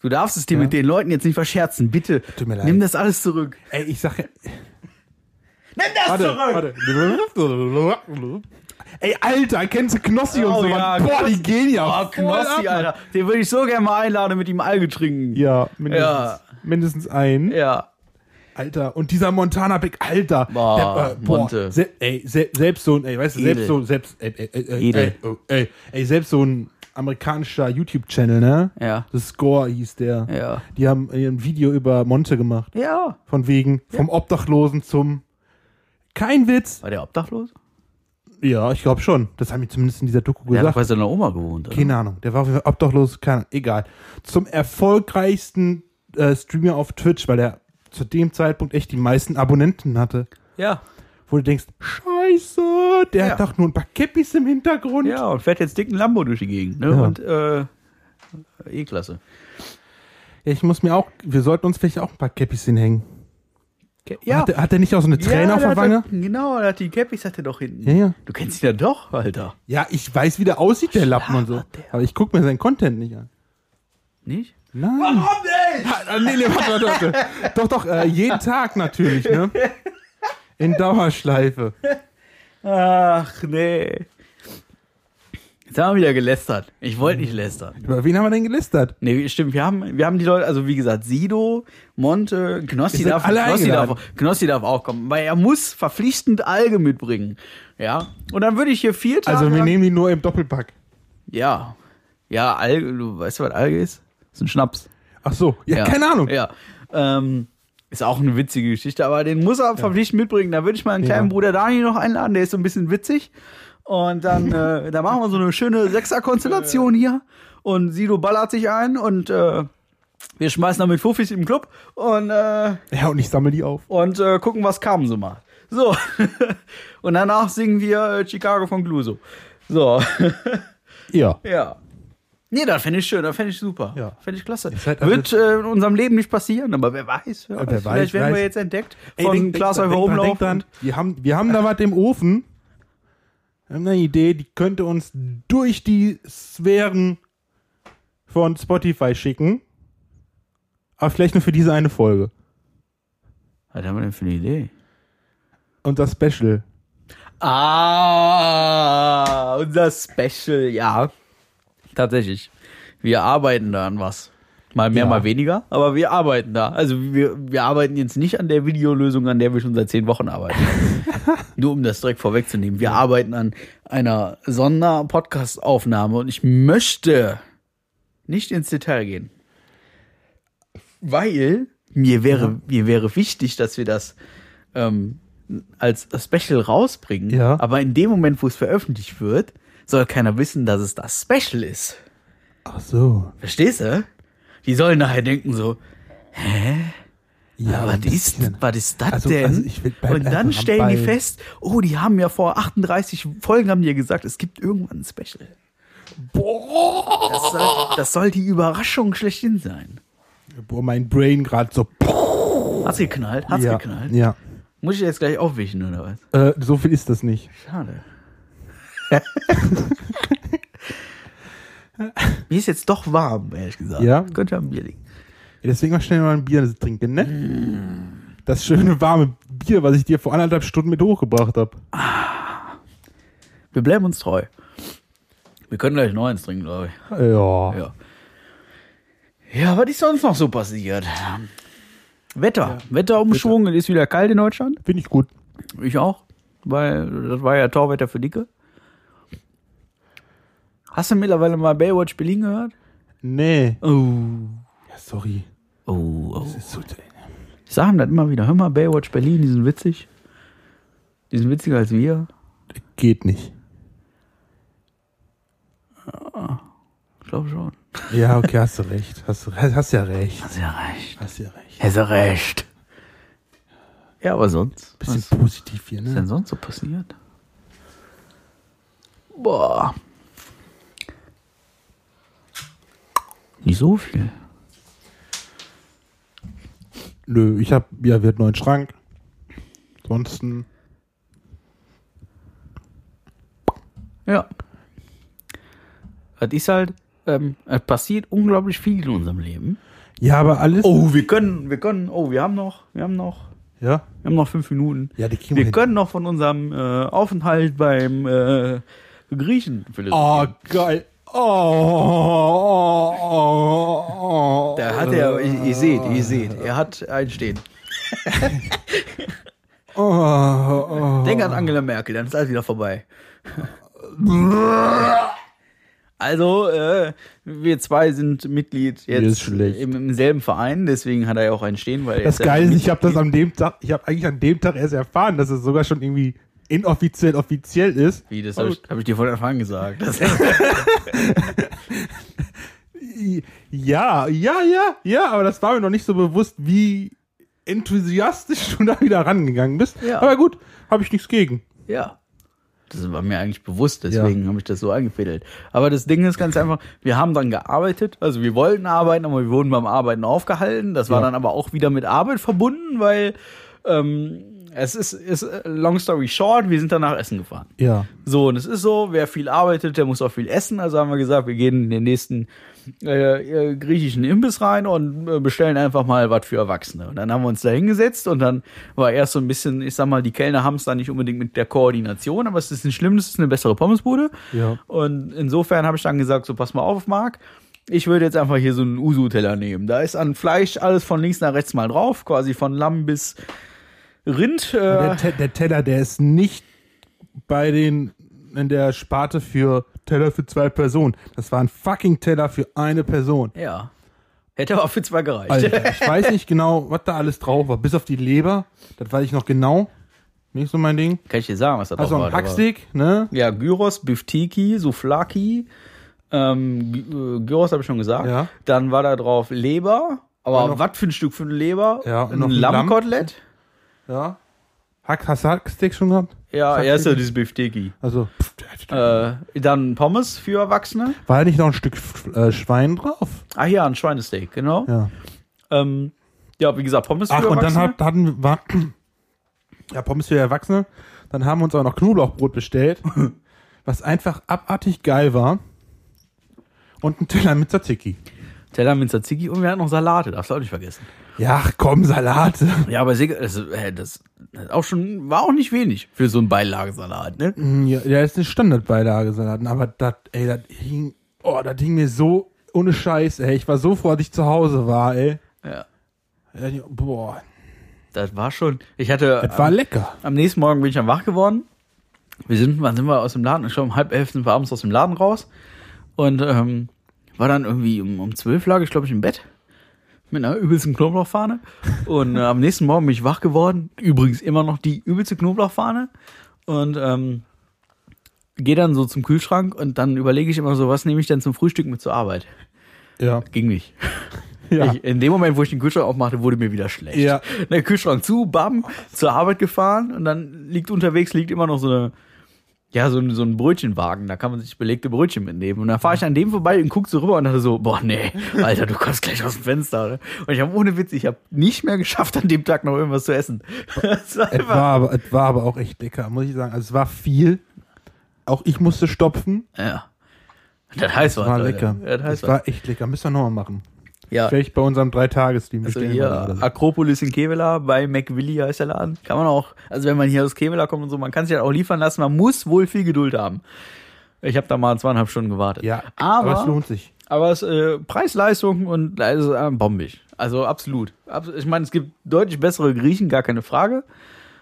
[SPEAKER 1] Du darfst es dir mit den Leuten jetzt nicht verscherzen, bitte.
[SPEAKER 2] Tut mir leid.
[SPEAKER 1] Nimm das alles zurück.
[SPEAKER 2] Ey, ich sag ja.
[SPEAKER 1] Nimm das zurück!
[SPEAKER 2] warte. Ey, Alter, kennst du Knossi und
[SPEAKER 1] Oh
[SPEAKER 2] so
[SPEAKER 1] ja,
[SPEAKER 2] was? Boah, die gehen ja.
[SPEAKER 1] Oh,
[SPEAKER 2] voll ab,
[SPEAKER 1] Knossi,
[SPEAKER 2] Mann.
[SPEAKER 1] Alter. Den würde ich so gerne mal einladen und mit ihm Alge trinken.
[SPEAKER 2] Ja, mindestens,
[SPEAKER 1] Ja.
[SPEAKER 2] mindestens ein.
[SPEAKER 1] Ja.
[SPEAKER 2] Alter, und dieser Montana Black, Alter.
[SPEAKER 1] Boah,
[SPEAKER 2] der, äh, boah,
[SPEAKER 1] Monte.
[SPEAKER 2] Se, ey, se, selbst so ein, ey, weißt du,
[SPEAKER 1] Edel.
[SPEAKER 2] selbst so, selbst, ey, ey, ey, ey,
[SPEAKER 1] Edel.
[SPEAKER 2] ey, oh, ey, ey, selbst so ein amerikanischer YouTube-Channel, ne?
[SPEAKER 1] Ja.
[SPEAKER 2] The Score hieß der.
[SPEAKER 1] Ja.
[SPEAKER 2] Die haben äh, ein Video über Monte gemacht.
[SPEAKER 1] Ja.
[SPEAKER 2] Von wegen, vom Obdachlosen zum. Kein Witz.
[SPEAKER 1] War der obdachlos?
[SPEAKER 2] Ja, ich glaube schon. Das haben die zumindest in dieser Doku
[SPEAKER 1] Der hat doch
[SPEAKER 2] gesagt.
[SPEAKER 1] bei seiner Oma gewohnt. Oder?
[SPEAKER 2] Keine Ahnung. Der war auf jeden Fall obdachlos, keine Ahnung. Egal. Zum erfolgreichsten äh, Streamer auf Twitch, weil er zu dem Zeitpunkt echt die meisten Abonnenten hatte.
[SPEAKER 1] Ja.
[SPEAKER 2] Wo du denkst, scheiße, der
[SPEAKER 1] Ja.
[SPEAKER 2] hat doch nur ein paar Kippis im Hintergrund.
[SPEAKER 1] Ja, und fährt jetzt dicken Lambo durch die Gegend. Ne?
[SPEAKER 2] Ja.
[SPEAKER 1] Und äh, E-Klasse.
[SPEAKER 2] Ich muss mir auch, wir sollten uns vielleicht auch ein paar Kippis hinhängen. Hat, der- hat er nicht auch so eine Träne auf
[SPEAKER 1] der
[SPEAKER 2] der
[SPEAKER 1] hat
[SPEAKER 2] Wange?
[SPEAKER 1] doch- Genau, der hat die Cappies hat er doch hinten.
[SPEAKER 2] Ja, ja.
[SPEAKER 1] Du kennst ihn ja doch, Alter.
[SPEAKER 2] Ja, ich weiß, wie der aussieht, der Lappen und so.
[SPEAKER 1] labert der?
[SPEAKER 2] Aber ich guck mir seinen Content nicht an.
[SPEAKER 1] Nicht?
[SPEAKER 2] Nein. Ah, nee, nee, warte, warte, warte. Doch, doch, äh, jeden Tag natürlich, ne? In Dauerschleife.
[SPEAKER 1] Ach, nee. Jetzt haben wir wieder gelästert. Ich wollte nicht lästern.
[SPEAKER 2] Über wen haben wir denn gelästert?
[SPEAKER 1] Nee, stimmt, wir haben, wir haben die Leute, also wie gesagt, Sido, Monte, Knossi
[SPEAKER 2] Wir sind
[SPEAKER 1] darf,
[SPEAKER 2] alle
[SPEAKER 1] Knossi
[SPEAKER 2] eingeladen.
[SPEAKER 1] darf, Knossi darf auch kommen, weil er muss verpflichtend Alge mitbringen. Ja. Und dann würde ich hier vier Tage
[SPEAKER 2] Also, wir
[SPEAKER 1] lang-
[SPEAKER 2] nehmen die nur im Doppelpack.
[SPEAKER 1] Ja. Ja, Alge, du weißt du, was Alge ist? Das ist ein Schnaps.
[SPEAKER 2] Ach so, ja,
[SPEAKER 1] Ja,
[SPEAKER 2] keine Ahnung.
[SPEAKER 1] Ja. Ähm, ist auch eine witzige Geschichte, aber den muss er verpflichtend mitbringen. Da würde ich meinen kleinen
[SPEAKER 2] Ja.
[SPEAKER 1] Bruder Dani noch einladen, der ist so ein bisschen witzig. Und dann, äh, da machen wir so eine schöne Sechser-Konstellation hier. Und Sido ballert sich ein und äh, wir schmeißen dann mit Fuffis im Club und, äh,
[SPEAKER 2] Ja, und ich sammle die auf.
[SPEAKER 1] und äh, gucken, was Carmen so macht. So. und danach singen wir äh, Chicago von Gluso. So.
[SPEAKER 2] Ja.
[SPEAKER 1] Ja. Nee, das fände ich schön, das fände ich super.
[SPEAKER 2] Ja.
[SPEAKER 1] Fände ich klasse.
[SPEAKER 2] halt
[SPEAKER 1] Wird äh, in unserem Leben nicht passieren, aber wer weiß, wer
[SPEAKER 2] Ja,
[SPEAKER 1] weiß.
[SPEAKER 2] wer
[SPEAKER 1] Vielleicht
[SPEAKER 2] weiß,
[SPEAKER 1] werden wir
[SPEAKER 2] weiß.
[SPEAKER 1] jetzt entdeckt von Klaas Eufer
[SPEAKER 2] denk
[SPEAKER 1] Umlauf.
[SPEAKER 2] dran, wir haben, wir haben da was im Ofen. Wir haben eine Idee, die könnte uns durch die Sphären von Spotify schicken. Aber vielleicht nur für diese eine Folge.
[SPEAKER 1] Was haben wir denn für eine Idee?
[SPEAKER 2] Unser Special.
[SPEAKER 1] Ah, unser Special, ja. Tatsächlich. Wir arbeiten da an was. Mal mehr,
[SPEAKER 2] Ja.
[SPEAKER 1] mal weniger, aber wir arbeiten da. Also wir, wir arbeiten jetzt nicht an der Videolösung, an der wir schon seit zehn Wochen arbeiten. Nur um das direkt vorwegzunehmen. Wir arbeiten an einer Sonder-Podcast-Aufnahme und ich möchte nicht ins Detail gehen. Weil mir wäre, mir wäre wichtig, dass wir das ähm, als Special rausbringen.
[SPEAKER 2] Ja.
[SPEAKER 1] Aber in dem Moment, wo es veröffentlicht wird, soll keiner wissen, dass es das Special ist.
[SPEAKER 2] Ach so.
[SPEAKER 1] Verstehst du? Die sollen nachher denken so,
[SPEAKER 2] Ja,
[SPEAKER 1] was
[SPEAKER 2] ein
[SPEAKER 1] ist,
[SPEAKER 2] bisschen.
[SPEAKER 1] was ist das
[SPEAKER 2] Also-
[SPEAKER 1] denn?
[SPEAKER 2] also ich will- bleib
[SPEAKER 1] Und dann
[SPEAKER 2] einfach am
[SPEAKER 1] stellen die
[SPEAKER 2] Ball.
[SPEAKER 1] fest, oh, die haben ja vor 38 Folgen haben die ja gesagt, es gibt irgendwann ein Special. Boah! Das soll, das soll die Überraschung schlechthin sein.
[SPEAKER 2] Boah, mein Brain gerade so.
[SPEAKER 1] Hat's geknallt? Hat's
[SPEAKER 2] ja,
[SPEAKER 1] geknallt?
[SPEAKER 2] ja.
[SPEAKER 1] Muss ich jetzt gleich aufwischen oder was?
[SPEAKER 2] Äh, so viel ist das nicht.
[SPEAKER 1] Schade. Mir ist jetzt doch warm, ehrlich gesagt.
[SPEAKER 2] Ja?
[SPEAKER 1] Könnte am Bier liegen.
[SPEAKER 2] Ja, deswegen mal schnell mal ein Bier trinken, ne? Das schöne warme Bier, was ich dir vor anderthalb Stunden mit hochgebracht habe.
[SPEAKER 1] Wir bleiben uns treu. Wir können gleich noch eins trinken, glaube ich.
[SPEAKER 2] Ja.
[SPEAKER 1] Ja. Ja, was ist sonst noch so passiert? Wetter. Wetterumschwung, es ist wieder kalt in Deutschland.
[SPEAKER 2] Finde ich gut.
[SPEAKER 1] Ich auch. Weil das war ja Torwetter für Dicke. Hast du mittlerweile mal Baywatch Berlin gehört?
[SPEAKER 2] Nee.
[SPEAKER 1] Oh.
[SPEAKER 2] Ja, sorry.
[SPEAKER 1] Oh, oh.
[SPEAKER 2] Das ist so
[SPEAKER 1] Ich sag ihm das immer wieder. Hör mal, Baywatch Berlin, die sind witzig. Die sind witziger als wir.
[SPEAKER 2] Geht nicht.
[SPEAKER 1] glaube schon.
[SPEAKER 2] Ja, okay, hast du recht. Hast, du- hast, hast ja recht.
[SPEAKER 1] Hast ja recht.
[SPEAKER 2] Hast ja recht.
[SPEAKER 1] Hast ja recht. Ja, aber sonst.
[SPEAKER 2] Bisschen
[SPEAKER 1] was
[SPEAKER 2] positiv hier,
[SPEAKER 1] ist denn
[SPEAKER 2] ne?
[SPEAKER 1] sonst so passiert? Boah. Nicht so viel.
[SPEAKER 2] Nö, ich hab, ja, wir hatten neuen Schrank. Ansonsten,
[SPEAKER 1] Ja. Das ist halt, ähm, es passiert unglaublich viel in unserem Leben.
[SPEAKER 2] ja, aber alles.
[SPEAKER 1] Oh, wir können, wir können, oh, wir haben noch, wir haben noch,
[SPEAKER 2] Ja,
[SPEAKER 1] wir haben noch fünf Minuten.
[SPEAKER 2] ja, die kriegen
[SPEAKER 1] Wir
[SPEAKER 2] hin.
[SPEAKER 1] können noch von unserem äh, Aufenthalt beim äh, Griechen
[SPEAKER 2] Oh, geil. Oh, oh, oh, oh, oh.
[SPEAKER 1] Da hat er, ihr, ihr seht, ihr seht, er hat einstehen.
[SPEAKER 2] Oh, oh,
[SPEAKER 1] Denk an Angela Merkel, dann ist alles wieder vorbei. Also, äh, wir zwei sind Mitglied
[SPEAKER 2] Mir ist
[SPEAKER 1] jetzt
[SPEAKER 2] schlecht.
[SPEAKER 1] im, im selben Verein, deswegen hat er ja auch einen stehen, weil er
[SPEAKER 2] Das
[SPEAKER 1] ist ja
[SPEAKER 2] Geile ist,
[SPEAKER 1] Mitglied.
[SPEAKER 2] ich habe das am dem Tag, ich habe eigentlich an dem Tag erst erfahren, dass es sogar schon irgendwie inoffiziell offiziell ist.
[SPEAKER 1] Wie, das habe ich, hab ich dir von Anfang an gesagt. Das,
[SPEAKER 2] Ja, ja, ja, ja, aber das war mir noch nicht so bewusst, wie enthusiastisch du da wieder rangegangen bist.
[SPEAKER 1] Ja.
[SPEAKER 2] Aber gut, habe ich nichts gegen.
[SPEAKER 1] ja. Das war mir eigentlich bewusst, deswegen habe ich das so eingefädelt. Aber das Ding ist ganz einfach, wir haben dann gearbeitet, also wir wollten arbeiten, aber wir wurden beim Arbeiten aufgehalten. Das war
[SPEAKER 2] Ja.
[SPEAKER 1] dann aber auch wieder mit Arbeit verbunden, weil ähm, es ist, ist, äh, long story short, wir sind danach essen gefahren.
[SPEAKER 2] Ja.
[SPEAKER 1] So, und es ist so, wer viel arbeitet, der muss auch viel essen. Also haben wir gesagt, wir gehen in den nächsten äh, äh, griechischen Imbiss rein und äh, bestellen einfach mal was für Erwachsene. Und dann haben wir uns da hingesetzt und dann war erst so ein bisschen, ich sag mal, die Kellner haben es da nicht unbedingt mit der Koordination, aber es ist nicht schlimm, es ist eine bessere Pommesbude.
[SPEAKER 2] Ja.
[SPEAKER 1] Und insofern habe ich dann gesagt, so pass mal auf, Marc. Ich würde jetzt einfach hier so einen Usu-Teller nehmen. Da ist an Fleisch alles von links nach rechts mal drauf, quasi von Lamm bis Rind. Äh,
[SPEAKER 2] Der, Te der Teller, der ist nicht bei den in der Sparte für Teller für zwei Personen. Das war ein fucking Teller für eine Person.
[SPEAKER 1] ja. Hätte aber für zwei gereicht.
[SPEAKER 2] Alter, ich weiß nicht genau, was da alles drauf war. Bis auf die Leber, das weiß ich noch genau. Nicht so mein Ding.
[SPEAKER 1] Kann ich dir sagen, was da drauf
[SPEAKER 2] Also
[SPEAKER 1] war.
[SPEAKER 2] ein
[SPEAKER 1] da war-
[SPEAKER 2] Hacksteak, ne?
[SPEAKER 1] Ja, Gyros, Biftiki, Souflaki. Ähm, Gy- äh, Gyros habe ich schon gesagt.
[SPEAKER 2] Ja.
[SPEAKER 1] Dann war da drauf Leber.
[SPEAKER 2] Und
[SPEAKER 1] Aber
[SPEAKER 2] noch-
[SPEAKER 1] was für ein Stück für eine Leber?
[SPEAKER 2] Ja, und
[SPEAKER 1] ein
[SPEAKER 2] noch ein Lamm.
[SPEAKER 1] Lammkotelett?
[SPEAKER 2] Ja. Hack, hast du Hacksteak schon gehabt?
[SPEAKER 1] Ja,
[SPEAKER 2] Hacksteak?
[SPEAKER 1] er ist ja dieses Biftiki.
[SPEAKER 2] Also, pff,
[SPEAKER 1] Äh, dann Pommes für Erwachsene.
[SPEAKER 2] war da nicht noch ein Stück äh, Schwein drauf?
[SPEAKER 1] Ach ja, ein Schweinesteak, genau. Ja,
[SPEAKER 2] Ja.
[SPEAKER 1] ähm, ja wie gesagt, Pommes
[SPEAKER 2] Ach,
[SPEAKER 1] für
[SPEAKER 2] und dann
[SPEAKER 1] Erwachsene.
[SPEAKER 2] hat, hatten wir, war, ja, Pommes für Erwachsene. Dann haben wir uns auch noch Knoblauchbrot bestellt, was einfach abartig geil war. Und ein Teller mit Tzatziki.
[SPEAKER 1] Teller mit Tzatziki und wir hatten noch Salate, darfst du auch nicht vergessen.
[SPEAKER 2] Ja, ach komm, Salate.
[SPEAKER 1] Ja, aber Sege- das, äh, das, das auch schon, war auch nicht wenig für so einen Beilagensalat, ne?
[SPEAKER 2] Ja, der ist eine Standardbeilage, Salaten, aber das, ey, das hing, oh, das hing mir so ohne Scheiß, ey. Ich war so froh, dass ich zu Hause war, ey.
[SPEAKER 1] Ja.
[SPEAKER 2] Ja, die- Boah,
[SPEAKER 1] Das war schon, ich hatte.
[SPEAKER 2] das war lecker.
[SPEAKER 1] Am nächsten Morgen bin ich dann wach geworden. Wir sind, wann sind wir aus dem Laden? Schon um halb elf sind wir abends aus dem Laden raus. Und ähm, war dann irgendwie um, um zwölf lag ich, glaube ich, im Bett. Mit einer übelsten Knoblauchfahne. Und äh, am nächsten Morgen bin ich wach geworden. Übrigens immer noch die übelste Knoblauchfahne. Und ähm, gehe dann so zum Kühlschrank und dann überlege ich immer so, was nehme ich denn zum Frühstück mit zur Arbeit?
[SPEAKER 2] Ja,
[SPEAKER 1] Ging nicht.
[SPEAKER 2] ja.
[SPEAKER 1] Ich, in dem Moment, wo ich den Kühlschrank aufmachte, wurde mir wieder schlecht.
[SPEAKER 2] Ja.
[SPEAKER 1] Der Kühlschrank zu, bam, zur Arbeit gefahren und dann liegt unterwegs liegt immer noch so eine ja, so ein, so ein Brötchenwagen, da kann man sich belegte Brötchen mitnehmen. Und dann fahre ich an dem vorbei und guck so rüber und dachte so, boah, nee, Alter, du kommst gleich aus dem Fenster. Ne? Und ich habe ohne Witz, ich habe nicht mehr geschafft, an dem Tag noch irgendwas zu essen. Das war
[SPEAKER 2] es, war
[SPEAKER 1] einfach,
[SPEAKER 2] aber, es war aber auch echt lecker, muss ich sagen. Also, es war viel. Auch ich musste stopfen.
[SPEAKER 1] ja. Das heißt was.
[SPEAKER 2] War
[SPEAKER 1] Leute.
[SPEAKER 2] lecker.
[SPEAKER 1] Das heißt
[SPEAKER 2] Es
[SPEAKER 1] was.
[SPEAKER 2] war echt lecker. Müssen wir nochmal machen.
[SPEAKER 1] Ja.
[SPEAKER 2] Vielleicht bei unserem Dreitages-Team
[SPEAKER 1] Also
[SPEAKER 2] bestellen. wir mal
[SPEAKER 1] hier
[SPEAKER 2] oder so.
[SPEAKER 1] Akropolis in Kevela bei McWilly heißt der Laden. Kann man auch, also wenn man hier aus Kevela kommt und so, man kann sich ja auch liefern lassen. Man muss wohl viel Geduld haben. Ich habe da mal zweieinhalb Stunden gewartet.
[SPEAKER 2] Ja,
[SPEAKER 1] aber,
[SPEAKER 2] es lohnt sich.
[SPEAKER 1] aber es äh, Preis-Leistung und da ist es äh, bombig. Also absolut. Abs ich meine, es gibt deutlich bessere Griechen, gar keine Frage.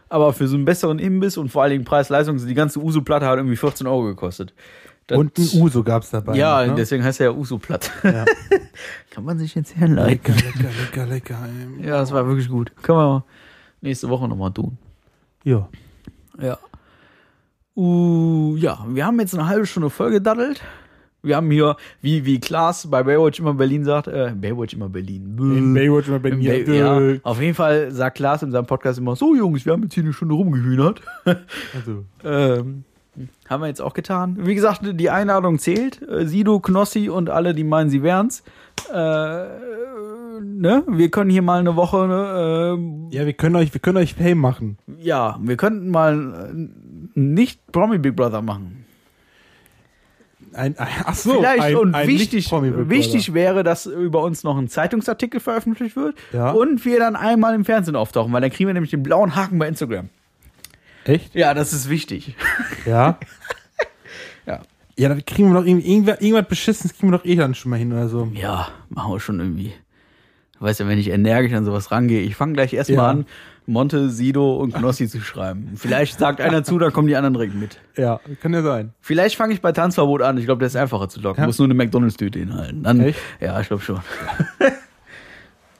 [SPEAKER 1] Aber für so einen besseren Imbiss und vor allen Dingen Preis-Leistung, die ganze Uso-Platte hat irgendwie 14 Euro gekostet. Das-
[SPEAKER 2] Und ein Uso gab's dabei.
[SPEAKER 1] ja,
[SPEAKER 2] noch, ne?
[SPEAKER 1] deswegen heißt er ja Uso-Platte.
[SPEAKER 2] Ja.
[SPEAKER 1] Kann man sich jetzt herleiten.
[SPEAKER 2] Lecker, lecker, lecker, lecker. ey.
[SPEAKER 1] Ja, das war wirklich gut. Können wir nächste Woche nochmal tun.
[SPEAKER 2] Ja.
[SPEAKER 1] Ja. Uh, ja, wir haben jetzt eine halbe Stunde vollgedaddelt. Wir haben hier, wie, wie Klaas bei Baywatch immer Berlin sagt, äh, Baywatch immer Berlin. Bäh.
[SPEAKER 2] In Baywatch immer bei
[SPEAKER 1] Im
[SPEAKER 2] mir.
[SPEAKER 1] Bay- ja, auf jeden Fall sagt Klaas in seinem Podcast immer, so Jungs, wir haben jetzt hier eine Stunde rumgehühnert.
[SPEAKER 2] Also,
[SPEAKER 1] Ähm, haben wir jetzt auch getan. Wie gesagt, die Einladung zählt. Äh, Sido, Knossi und alle, die meinen, sie wären's. Äh, ne? Wir können hier mal eine Woche, ne, ähm,
[SPEAKER 2] ja, wir können euch, wir können euch Pay machen.
[SPEAKER 1] ja, wir könnten mal äh, nicht Promi Big Brother machen.
[SPEAKER 2] Ein, ein, ach so,
[SPEAKER 1] Vielleicht
[SPEAKER 2] ein,
[SPEAKER 1] und
[SPEAKER 2] ein
[SPEAKER 1] wichtig,
[SPEAKER 2] Nicht-Promi Big Brother.
[SPEAKER 1] wichtig wäre, dass über uns noch ein Zeitungsartikel veröffentlicht wird
[SPEAKER 2] Ja.
[SPEAKER 1] und wir dann einmal im Fernsehen auftauchen, weil dann kriegen wir nämlich den blauen Haken bei Instagram.
[SPEAKER 2] Echt?
[SPEAKER 1] Ja, das ist wichtig.
[SPEAKER 2] Ja.
[SPEAKER 1] Ja.
[SPEAKER 2] Ja, dann kriegen wir doch irgendwie, irgendwas, irgendwas Beschissenes kriegen wir doch eh dann schon mal hin oder so.
[SPEAKER 1] Ja, machen wir schon irgendwie. Weißt du, wenn ich energisch an sowas rangehe, ich fange gleich erstmal
[SPEAKER 2] Ja.
[SPEAKER 1] an, Monte, Sido und Knossi zu schreiben. Vielleicht sagt einer zu, dann kommen die anderen direkt mit.
[SPEAKER 2] Ja, kann ja sein.
[SPEAKER 1] Vielleicht fange ich bei Tanzverbot an. Ich glaube, der ist einfacher zu locken.
[SPEAKER 2] Ja.
[SPEAKER 1] Muss nur eine McDonalds-Tüte inhalten. Dann,
[SPEAKER 2] Echt?
[SPEAKER 1] Ja, ich glaube schon.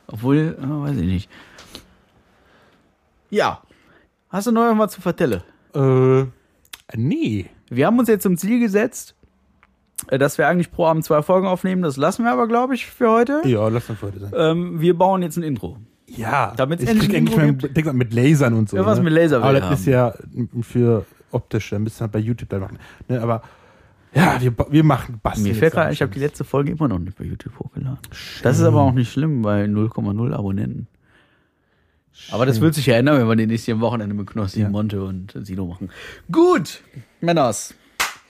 [SPEAKER 1] Obwohl, äh, weiß ich nicht. Ja. Hast du noch mal zu vertellen?
[SPEAKER 2] Äh, nee.
[SPEAKER 1] Wir haben uns jetzt zum Ziel gesetzt, äh, dass wir eigentlich pro Abend zwei Folgen aufnehmen. Das lassen wir aber, glaube ich, für heute.
[SPEAKER 2] Ja, lass uns heute sein.
[SPEAKER 1] Ähm, wir bauen jetzt ein Intro.
[SPEAKER 2] Ja.
[SPEAKER 1] Damit's
[SPEAKER 2] ich
[SPEAKER 1] endlich
[SPEAKER 2] krieg
[SPEAKER 1] ein
[SPEAKER 2] endlich mal
[SPEAKER 1] Intro
[SPEAKER 2] denk mal mit Lasern und so.
[SPEAKER 1] Ja, was
[SPEAKER 2] ne?
[SPEAKER 1] mit Laser
[SPEAKER 2] Aber
[SPEAKER 1] will
[SPEAKER 2] das
[SPEAKER 1] haben.
[SPEAKER 2] ist ja m- für optisch, dann müssen wir bei YouTube dann machen. Ne, aber ja, wir, ba- wir machen Basteln.
[SPEAKER 1] Mir
[SPEAKER 2] jetzt
[SPEAKER 1] fällt gerade ein,
[SPEAKER 2] dann
[SPEAKER 1] ich habe die
[SPEAKER 2] schon.
[SPEAKER 1] letzte Folge immer noch nicht bei YouTube hochgeladen. Das ist aber auch nicht schlimm bei 0,0 Abonnenten. Aber das wird sich ja ändern, wenn wir den nächsten Wochenende mit Knossi,
[SPEAKER 2] Ja.
[SPEAKER 1] Monte und Sino machen. Gut, Männers.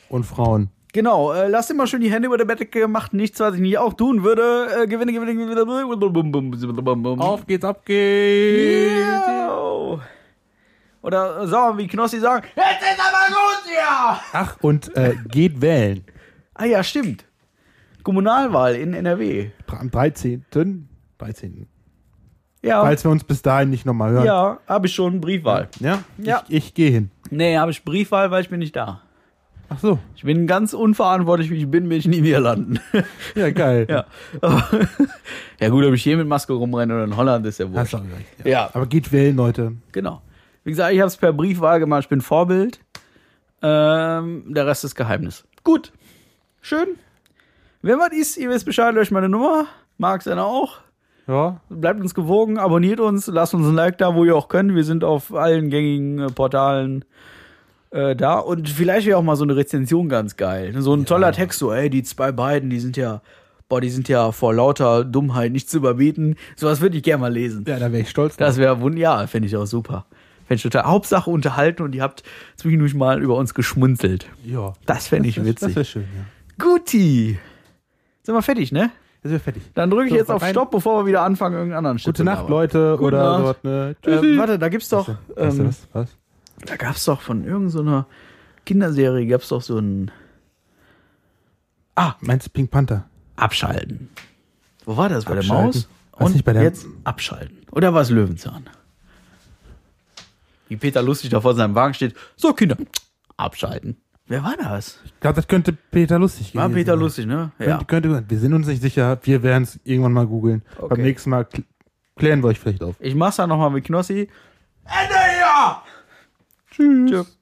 [SPEAKER 2] Und Frauen.
[SPEAKER 1] Genau, äh, lasst immer schön die Hände über der Bettdecke, macht nichts, was ich nicht auch tun würde. Äh, gewinne, gewinne, gewinne.
[SPEAKER 2] Auf geht's, ab geht's.
[SPEAKER 1] Yeah. Oder so, wie Knossi sagen, jetzt ist aber gut, ja!
[SPEAKER 2] Ach, und äh, geht wählen.
[SPEAKER 1] Ah ja, stimmt. Kommunalwahl in NRW.
[SPEAKER 2] Am 13. 13.
[SPEAKER 1] Ja.
[SPEAKER 2] Falls wir uns bis dahin nicht nochmal hören.
[SPEAKER 1] Oh. Ja, habe ich schon Briefwahl.
[SPEAKER 2] Ja?
[SPEAKER 1] Ja.
[SPEAKER 2] Ich, ich gehe hin.
[SPEAKER 1] Nee, habe ich Briefwahl, weil ich bin nicht da.
[SPEAKER 2] Ach so.
[SPEAKER 1] Ich bin ganz unverantwortlich, wie ich bin, bin ich in den Niederlanden.
[SPEAKER 2] Ja, geil.
[SPEAKER 1] ja. ja, gut, ob ich hier mit Maske rumrenne oder in Holland, ist ja
[SPEAKER 2] Hast
[SPEAKER 1] wurscht.
[SPEAKER 2] du auch recht. Ja.
[SPEAKER 1] Ja,
[SPEAKER 2] Aber geht wählen, Leute.
[SPEAKER 1] genau. Wie gesagt, ich habe es per Briefwahl gemacht, ich bin Vorbild. Ähm, der Rest ist Geheimnis. Gut. Schön. Wenn was ist, ihr wisst Bescheid, löscht meine Nummer. Mag einer auch.
[SPEAKER 2] Ja.
[SPEAKER 1] Bleibt uns gewogen, abonniert uns, lasst uns ein Like da, wo ihr auch könnt. Wir sind auf allen gängigen äh, Portalen äh, da. Und vielleicht wäre auch mal so eine Rezension ganz geil. So ein toller Text, so, ey, die zwei beiden, die sind ja, boah, die sind ja vor lauter Dummheit nicht zu überbieten. Sowas würde ich gerne mal lesen.
[SPEAKER 2] Ja, da wäre ich stolz. drauf.
[SPEAKER 1] Das wäre wunderbar, finde ich auch super. Fände ich total. Hauptsache unterhalten und ihr habt zwischendurch mal über uns geschmunzelt.
[SPEAKER 2] ja.
[SPEAKER 1] Das fände ich
[SPEAKER 2] Das
[SPEAKER 1] witzig.
[SPEAKER 2] wäre schön, ja.
[SPEAKER 1] Guti! Sind wir fertig, ne?
[SPEAKER 2] Das wäre fertig.
[SPEAKER 1] Dann drücke ich
[SPEAKER 2] So,
[SPEAKER 1] jetzt auf
[SPEAKER 2] rein.
[SPEAKER 1] Stopp, bevor wir wieder anfangen, irgendeinen anderen Shit
[SPEAKER 2] Gute
[SPEAKER 1] zu
[SPEAKER 2] Nacht,
[SPEAKER 1] labern.
[SPEAKER 2] Leute.
[SPEAKER 1] Gute
[SPEAKER 2] oder
[SPEAKER 1] Nacht.
[SPEAKER 2] dort, ne?
[SPEAKER 1] Ähm, warte, da gibt's doch,
[SPEAKER 2] Weißt du, weißt du
[SPEAKER 1] ähm,
[SPEAKER 2] das? Was?
[SPEAKER 1] da gab's doch von irgendeiner Kinderserie gab's doch so ein
[SPEAKER 2] Meinst du Pink Panther?
[SPEAKER 1] Abschalten. Wo war das? Bei
[SPEAKER 2] Abschalten?
[SPEAKER 1] der Maus?
[SPEAKER 2] Weiß nicht, bei der-
[SPEAKER 1] jetzt abschalten. Oder war es Löwenzahn? Wie Peter lustig da vor seinem Wagen steht. So, Kinder, abschalten. Wer war das?
[SPEAKER 2] Ich glaube, das könnte Peter lustig gehen.
[SPEAKER 1] War Peter lustig, ne? Ja.
[SPEAKER 2] Könnte, könnte, wir sind uns nicht sicher. Wir werden es irgendwann mal googeln.
[SPEAKER 1] Okay.
[SPEAKER 2] Beim nächsten Mal kl klären wir euch vielleicht auf.
[SPEAKER 1] Ich mach's dann nochmal mit Knossi.
[SPEAKER 2] Tschüss.
[SPEAKER 1] Tschüss.